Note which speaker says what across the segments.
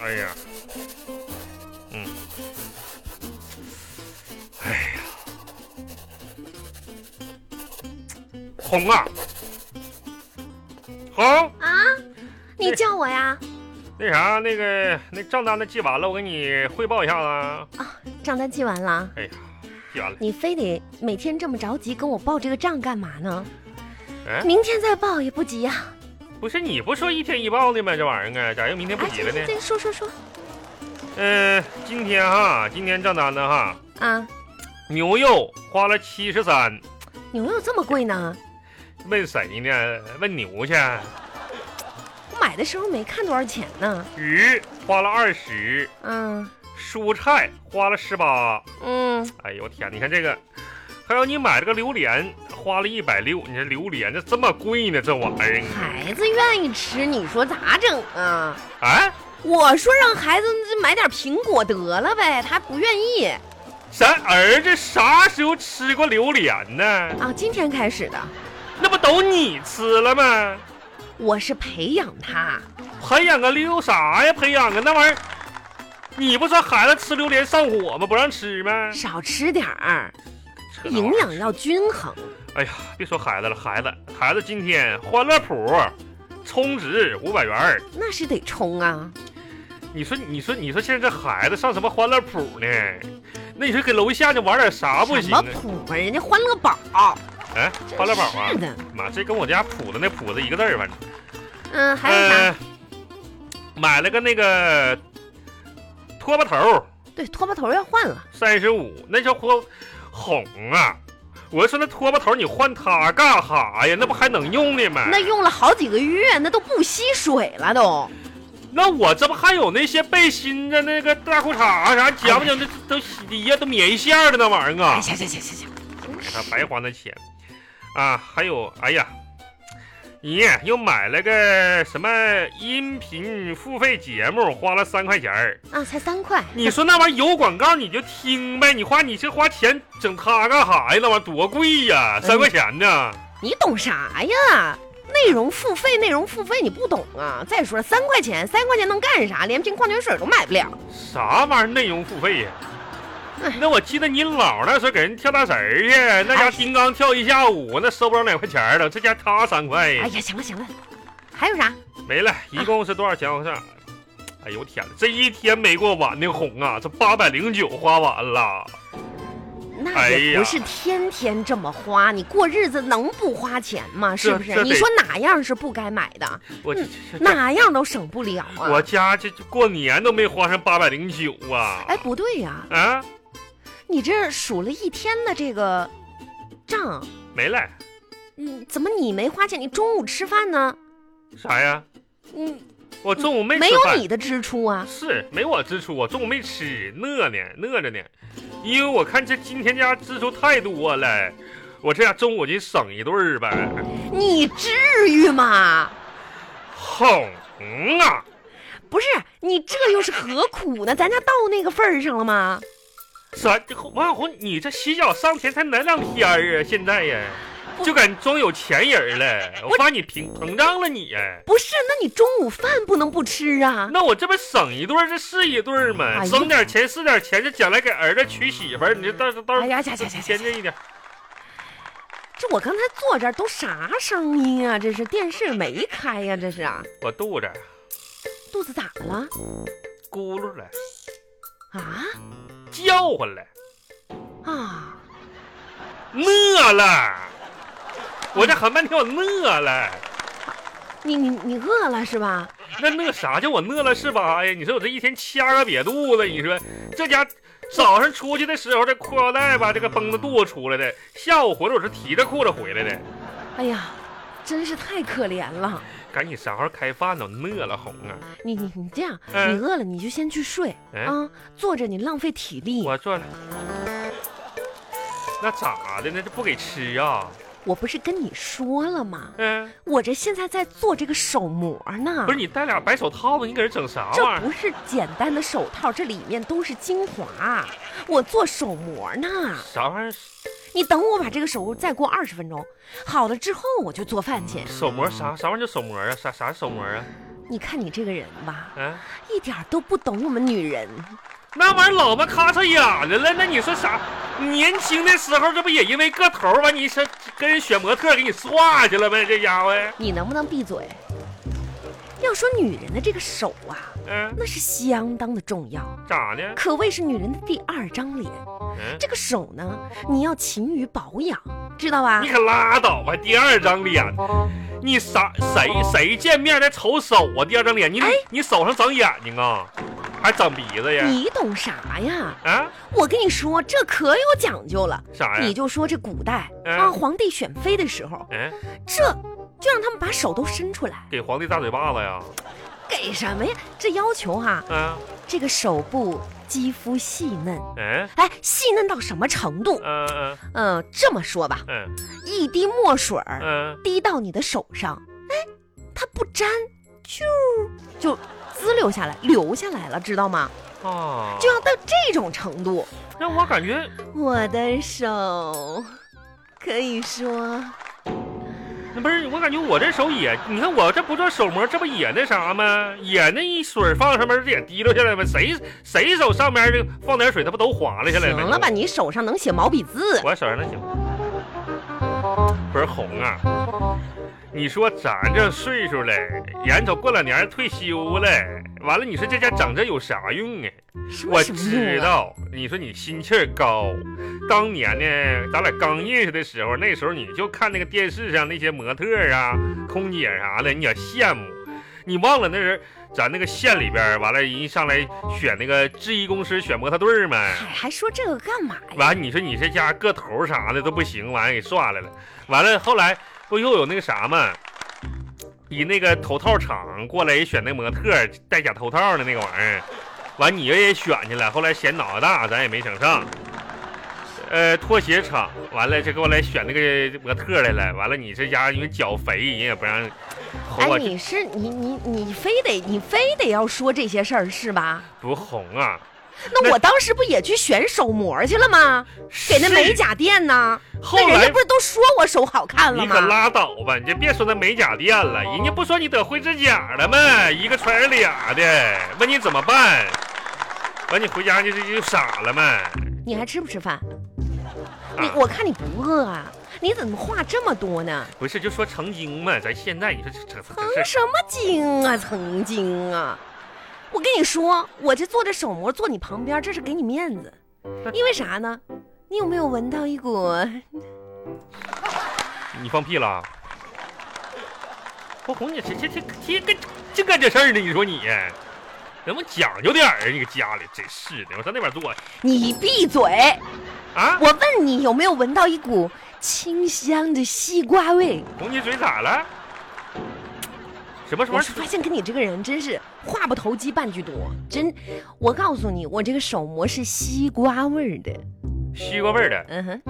Speaker 1: 哎呀，嗯，哎呀，红啊，红，
Speaker 2: 啊， 你叫我呀？
Speaker 1: 那啥，那个那账单子记完了，我给你汇报一下子啊。
Speaker 2: 账单记完了，
Speaker 1: 哎呀，记完了，
Speaker 2: 你非得每天这么着急跟我报这个账干嘛呢？
Speaker 1: 哎，
Speaker 2: 明天再报也不急呀、
Speaker 1: 不是你不说一天一报的吗？这玩意儿啊，咋又明天不
Speaker 2: 哎，
Speaker 1: 急了呢
Speaker 2: 这？这说说说
Speaker 1: 呃，今天哈，今天账单呢哈，
Speaker 2: 啊，
Speaker 1: 牛肉花了七十三，
Speaker 2: 牛肉这么贵呢？
Speaker 1: 问谁呢？问牛去。
Speaker 2: 我买的时候没看多少钱呢。
Speaker 1: 鱼花了二十，
Speaker 2: 嗯
Speaker 1: 蔬菜花了十八。
Speaker 2: 嗯，
Speaker 1: 哎呦我天，你看这个，还有你买了个榴莲，花了一百六。你这榴莲这这么贵呢？这哎玩意儿
Speaker 2: 孩子愿意吃，你说咋整啊？
Speaker 1: 啊？
Speaker 2: 我说让孩子买点苹果得了呗，他不愿意
Speaker 1: 咱儿子啥时候吃过榴莲呢？
Speaker 2: 啊。今天开始的，
Speaker 1: 那不都你吃了吗？
Speaker 2: 我是培养他，
Speaker 1: 培养个溜啥呀？培养个那玩意儿，你不说孩子吃榴莲上火吗？不让吃吗？
Speaker 2: 少吃点儿，
Speaker 1: 扯那玩
Speaker 2: 营
Speaker 1: 意儿
Speaker 2: 养要均衡。
Speaker 1: 哎呀，别说孩子了，孩子，孩子今天欢乐谱充值五百元儿
Speaker 2: 那是得冲啊！
Speaker 1: 你说，你说，你说，现在这孩子上什么欢乐谱呢？那你说给楼下就玩点啥不
Speaker 2: 什
Speaker 1: 行
Speaker 2: 么
Speaker 1: 呢？
Speaker 2: 谱啊？人家欢乐宝，
Speaker 1: 哎，欢乐宝啊
Speaker 2: 真是！的，
Speaker 1: 妈，这跟我家谱的那谱子一个字儿，反正。
Speaker 2: 嗯，还有啥？
Speaker 1: 呃，买了个那个拖把头
Speaker 2: 对，拖把头要换了，
Speaker 1: 三十五，那叫拖红啊！我说那拖把头你换它干哈呀？那不还能用呢吗？
Speaker 2: 那用了好几个月，那都不吸水了都。
Speaker 1: 那我这不还有那些背心子、那个大裤衩啊啥，讲不讲这都洗呀，都棉线儿的那玩意儿啊
Speaker 2: 哎，，行行行行行，真
Speaker 1: 他
Speaker 2: 是
Speaker 1: 白花那钱啊！还有，哎呀，你又买了个什么音频付费节目，花了三块钱儿。
Speaker 2: 啊，才三块。
Speaker 1: 你说那玩意儿有广告你就听呗，你花你这花钱整它干啥呀？那玩意儿多贵呀，三块钱呢！
Speaker 2: 你懂啥呀？内容付费，内容付费，你不懂啊！再说了，三块钱，三块钱能干啥？连瓶矿泉水都买不了。
Speaker 1: 啥玩意儿内容付费呀
Speaker 2: 哎？
Speaker 1: 那我记得你姥那时候给人跳大神儿去，那家
Speaker 2: 哎
Speaker 1: 叮当跳一下午，那收不着两块钱儿了，这家他三块
Speaker 2: 哎呀，行了行了，还有啥？
Speaker 1: 没
Speaker 2: 啊
Speaker 1: 了，一共是多少钱？我看，哎呦我天哪，这一天没过完的红啊，这八百零九花完了。
Speaker 2: 那
Speaker 1: 哎
Speaker 2: 也
Speaker 1: 呀
Speaker 2: 不是天天这么花，你过日子能不花钱吗？是不
Speaker 1: 这
Speaker 2: 是？
Speaker 1: 得
Speaker 2: 你说哪样是不该买的？
Speaker 1: 我这这这
Speaker 2: 哪样都省不了
Speaker 1: 我
Speaker 2: 啊！
Speaker 1: 家这这过年都没花上八百零九啊！
Speaker 2: 哎，不对呀、
Speaker 1: 啊，
Speaker 2: 你这数了一天的这个账，
Speaker 1: 没了，
Speaker 2: 嗯，怎么你没花钱？你中午吃饭呢？
Speaker 1: 啥呀？
Speaker 2: 嗯，
Speaker 1: 我中午没
Speaker 2: 没
Speaker 1: 吃
Speaker 2: 有
Speaker 1: 饭
Speaker 2: 你的支出啊！
Speaker 1: 是没我支出，我中午没吃，饿呢，饿着呢，因为我看这今天家支出太多了，我这下中午就省一顿儿呗。
Speaker 2: 你至于吗？
Speaker 1: 哄啊！
Speaker 2: 不是你这又是何苦呢？咱家到那个份儿上了吗？
Speaker 1: 咱啊这王小红，你这洗脚上天才哪两天儿啊？现在呀，
Speaker 2: 不
Speaker 1: 就敢装有钱人了。我发你膨膨胀了你。
Speaker 2: 不是，那你中午饭不能不吃啊！
Speaker 1: 那我这不省一顿儿，这是一顿儿吗？
Speaker 2: 哎呀
Speaker 1: 省点钱是点钱，这将来给儿子娶媳妇儿，你这到时候到时
Speaker 2: 哎
Speaker 1: 候
Speaker 2: 呀呀呀呀
Speaker 1: 先
Speaker 2: 呀！
Speaker 1: 进一点。
Speaker 2: 这我刚才坐这儿都啥声音啊？这是电视没开呀、这是啊？
Speaker 1: 我肚子
Speaker 2: 肚子咋了
Speaker 1: 咕噜了，
Speaker 2: 啊？
Speaker 1: 叫唤了，
Speaker 2: 啊！
Speaker 1: 饿了。我这喊半天，我饿了。
Speaker 2: 你你你饿了是吧？
Speaker 1: 那那啥叫我饿了是吧？哎呀，你说我这一天掐个瘪肚子，你说这家早上出去的时候这裤腰带吧，这个绷着肚子出来的，下午回来我是提着裤子回来的，
Speaker 2: 哎呀，真是太可怜了。
Speaker 1: 赶紧啥时候开饭呢？我饿了红啊！
Speaker 2: 你你你这样，
Speaker 1: 嗯
Speaker 2: 你饿了你就先去睡
Speaker 1: 哎
Speaker 2: 啊，坐着你浪费体力。
Speaker 1: 我坐了，那咋的呢？这不给吃啊？
Speaker 2: 我不是跟你说了吗？
Speaker 1: 嗯，
Speaker 2: 我这现在在做这个手模呢
Speaker 1: 不。是你戴俩白手套子，你搁这整啥
Speaker 2: 这
Speaker 1: 玩意儿？
Speaker 2: 不是简单的手套，这里面都是精华。我做手模呢，
Speaker 1: 啥玩意儿？
Speaker 2: 你等我把这个手再过二十分钟好了之后，我就做饭去。
Speaker 1: 嗯手膜啥啥玩意儿叫手膜啊？啥啥手膜啊？
Speaker 2: 你看你这个人吧，
Speaker 1: 啊，
Speaker 2: 一点儿都不懂我们女人。
Speaker 1: 那玩意儿老么咔嚓眼的了，那你说啥？年轻的时候这不也因为个头儿完你是跟人选模特给你刷去了呗？这家伙，
Speaker 2: 你能不能闭嘴？要说女人的这个手啊，
Speaker 1: 嗯、
Speaker 2: 那是相当的重要，
Speaker 1: 咋的？
Speaker 2: 可谓是女人的第二张脸。
Speaker 1: 嗯、
Speaker 2: 这个手呢，你要勤于保养，知道吧
Speaker 1: 你？可拉倒吧！第二张脸，你啥谁谁见面再瞅手啊？第二张脸，你、
Speaker 2: 哎
Speaker 1: 你手上长眼睛啊，还长鼻子呀？
Speaker 2: 你懂啥呀？
Speaker 1: 啊，
Speaker 2: 我跟你说，这可有讲究了。
Speaker 1: 哎啥呀？
Speaker 2: 你就说这古代
Speaker 1: 嗯
Speaker 2: 啊，皇帝选妃的时候，
Speaker 1: 嗯，
Speaker 2: 这就让他们把手都伸出来，
Speaker 1: 给皇帝大嘴巴子呀？
Speaker 2: 给什么呀？这要求哈、
Speaker 1: 嗯、
Speaker 2: 这个手部肌肤细嫩，
Speaker 1: 嗯
Speaker 2: 哎，细嫩到什么程度？
Speaker 1: 嗯嗯
Speaker 2: 嗯、这么说吧，
Speaker 1: 嗯
Speaker 2: 一滴墨水儿
Speaker 1: 嗯，
Speaker 2: 滴到你的手上，哎，它不沾，啾，就滋溜下来，流下来了，知道吗？
Speaker 1: 啊，
Speaker 2: 就要到这种程度，
Speaker 1: 让我感觉，
Speaker 2: 我的手可以说
Speaker 1: 不是我感觉我这手也，你看我这不做手模，这不也那啥吗？也那一水放上面，这也滴溜下来吗？谁谁手上面这放点水，它不都滑了下来
Speaker 2: 行
Speaker 1: 吗？
Speaker 2: 了吧？你手上能写毛笔字，
Speaker 1: 我手上那行。不是红啊，你说咱这岁数了，眼瞅过两年退休了，完了你说这家整这有啥用啊？
Speaker 2: 什么
Speaker 1: 我
Speaker 2: 什么用
Speaker 1: 知
Speaker 2: 啊？
Speaker 1: 道，你说你心气儿高。当年呢，咱俩刚认识的时候，那时候你就看那个电视上那些模特儿啊、空姐啥的，你也羡慕。你忘了那人咱那个县里边儿，完了人上来选那个制衣公司选模特队儿嘛。
Speaker 2: 哎，还说这个干嘛呀？
Speaker 1: 完，你说你这家个头啥的都不行，完了给刷来了。完了后来不又有那个啥嘛，以那个头套厂过来也选那模特儿戴假头套的那个玩意儿，完你也选去了，后来嫌脑袋大，咱也没整上。呃，拖鞋厂完了，这给我来选那个模特儿来了。完了，你这家因为脚肥，人也不让。
Speaker 2: 哎，
Speaker 1: 我
Speaker 2: 你是你你你非得你非得要说这些事儿是吧？
Speaker 1: 不红啊，
Speaker 2: 那
Speaker 1: 那
Speaker 2: 我当时不也去选手模去了吗？给那
Speaker 1: 是
Speaker 2: 美。甲店呢？
Speaker 1: 后
Speaker 2: 那人
Speaker 1: 来
Speaker 2: 家不是都说我手好看了
Speaker 1: 你可
Speaker 2: 吗？
Speaker 1: 拉倒吧！你就别说那美甲店了，人家不说你得灰指甲了吗？一个传染俩的，问你怎么办？完你回家就是就傻了吗？
Speaker 2: 你还吃不吃饭？你
Speaker 1: 啊
Speaker 2: 我看你不饿啊？你怎么话这么多呢？
Speaker 1: 不是就说成精嘛？咱现在你说这这这
Speaker 2: 曾
Speaker 1: 这
Speaker 2: 什么经啊，曾经啊！我跟你说，我这做这手模坐你旁边，这是给你面子。 因为啥呢？你有没有闻到一股？
Speaker 1: 你放屁了？不红你这这这这个净干这事儿呢？你说你能不能讲究点儿啊？你个家里真是的，我上那边坐
Speaker 2: 你闭嘴！
Speaker 1: 啊！
Speaker 2: 我问你有没有闻到一股清香的西瓜味？
Speaker 1: 红你嘴咋了？什么什
Speaker 2: 我
Speaker 1: 么
Speaker 2: 是？发现跟你这个人真是话不投机半句多，真。我告诉你，我这个手模是西瓜味儿的。
Speaker 1: 西瓜味儿的？
Speaker 2: 嗯哼，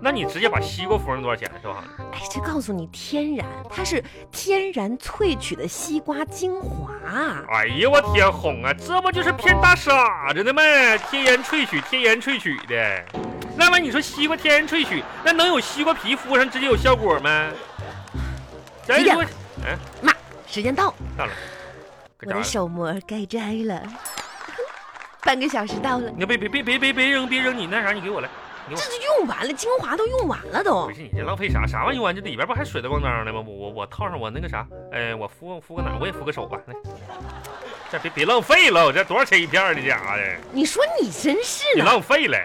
Speaker 1: 那你直接把西瓜缝上多少钱是吧？
Speaker 2: 哎，这告诉你天然，它是天然萃取的西瓜精华啊。
Speaker 1: 哎呀，我天红啊，这不就是骗大傻子的吗？天然萃取，天然萃取的。那玩意儿你说西瓜天然萃取，那能有西瓜皮肤上直接有效果吗？咱
Speaker 2: 几点
Speaker 1: 说，嗯、
Speaker 2: 妈，时间到，
Speaker 1: 到了，
Speaker 2: 我
Speaker 1: 搁
Speaker 2: 的
Speaker 1: 家
Speaker 2: 手模该摘了。半个小时到了，
Speaker 1: 你别别别别别别扔别扔你那啥，你给我来，你给
Speaker 2: 这就用完了，精华都用完了
Speaker 1: 我。
Speaker 2: 都
Speaker 1: 不。是你这浪费啥啥玩意儿啊？这里边不还水的汪当的吗？我我我套上我那个啥，哎，我敷敷个哪儿我也敷个手吧。来，这别别浪费了，这多少钱一片儿的家伙的，
Speaker 2: 你说你真是
Speaker 1: 你
Speaker 2: 的，
Speaker 1: 浪费了。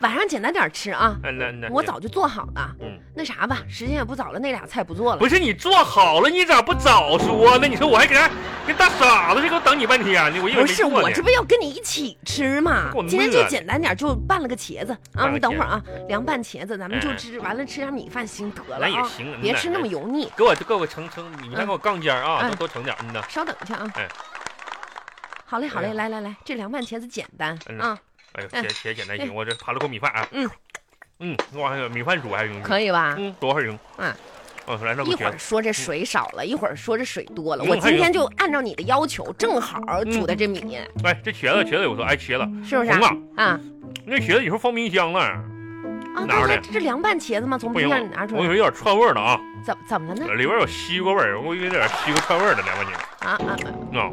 Speaker 2: 晚上简单点吃啊。
Speaker 1: 嗯，那那
Speaker 2: 我早就做好了。
Speaker 1: 嗯。
Speaker 2: 那啥吧，时间也不早了，那俩菜不做了。
Speaker 1: 不是你做好了，你咋不早说呢？你说我还搁这跟大傻子似的，给我等你半天呢，我一会儿
Speaker 2: 不
Speaker 1: 没
Speaker 2: 是
Speaker 1: 做呢
Speaker 2: 我，这不要跟你一起吃嘛
Speaker 1: 给我？
Speaker 2: 今天
Speaker 1: 饿
Speaker 2: 就
Speaker 1: 的
Speaker 2: 简单点，就拌了个茄子啊。
Speaker 1: 拌
Speaker 2: 你
Speaker 1: 个
Speaker 2: 等会儿
Speaker 1: 茄
Speaker 2: 啊，凉拌茄子，咱们就
Speaker 1: 嗯
Speaker 2: 吃，完了吃点米饭行得了
Speaker 1: 那也
Speaker 2: 啊，
Speaker 1: 行，嗯
Speaker 2: 别
Speaker 1: 呐
Speaker 2: 吃那么。油腻。
Speaker 1: 给我给我盛盛，你
Speaker 2: 嗯
Speaker 1: 看给我杠尖儿啊，
Speaker 2: 嗯
Speaker 1: 多多盛点儿，嗯呐。
Speaker 2: 稍等一下啊
Speaker 1: 哎。
Speaker 2: 好嘞，好
Speaker 1: 哎
Speaker 2: 嘞，
Speaker 1: 呀
Speaker 2: 来来来，这凉拌茄子简单
Speaker 1: 嗯
Speaker 2: 啊，
Speaker 1: 哎呦，
Speaker 2: 嗯
Speaker 1: 姐姐简单行，我这扒拉口米饭啊。
Speaker 2: 嗯
Speaker 1: 嗯，我还有米饭煮还行。
Speaker 2: 可以吧？
Speaker 1: 嗯，多会儿行。
Speaker 2: 嗯，
Speaker 1: 哦，来上
Speaker 2: 一
Speaker 1: 个
Speaker 2: 会儿
Speaker 1: 茄
Speaker 2: 说这水少了，一会儿说这水多了。
Speaker 1: 嗯
Speaker 2: 我
Speaker 1: 还
Speaker 2: 今
Speaker 1: 有
Speaker 2: 天就按照你的要求，正好煮的这米，
Speaker 1: 子，哎，这茄子茄子有说，哎，茄子，
Speaker 2: 是不是
Speaker 1: 嗯红
Speaker 2: 啊？啊
Speaker 1: 那茄子以后放冰箱了。
Speaker 2: 啊，啊，
Speaker 1: 拿出来
Speaker 2: 对这是凉拌茄子吗？从
Speaker 1: 不
Speaker 2: 冰
Speaker 1: 行，
Speaker 2: 箱里拿出
Speaker 1: 我跟你
Speaker 2: 来，嗯
Speaker 1: 说有点串味儿了啊，
Speaker 2: 怎怎么了呢？
Speaker 1: 里边有西瓜味儿，我以为有点西瓜串味儿的凉拌茄子
Speaker 2: 啊啊，啊
Speaker 1: 啊，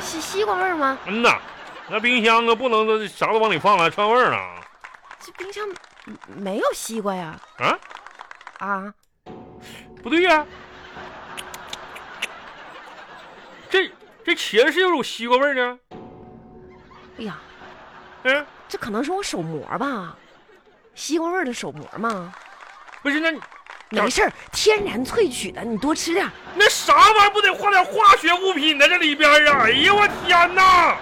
Speaker 2: 西西瓜味儿吗？
Speaker 1: 嗯呐，那冰箱啊不能啥都往里放了，串味儿呢。
Speaker 2: 这冰箱嗯没有西瓜呀？
Speaker 1: 啊
Speaker 2: 啊，
Speaker 1: 不对呀、这这茄子是有种西瓜味儿呢。
Speaker 2: 哎呀，
Speaker 1: 嗯，
Speaker 2: 这可能是我手膜吧，西瓜味儿的手膜吗？
Speaker 1: 不是那你这
Speaker 2: 没事儿，天然萃取的，你多吃点儿。
Speaker 1: 那啥玩意儿不得化点化学物品在这里边儿啊？哎呀，我天哪！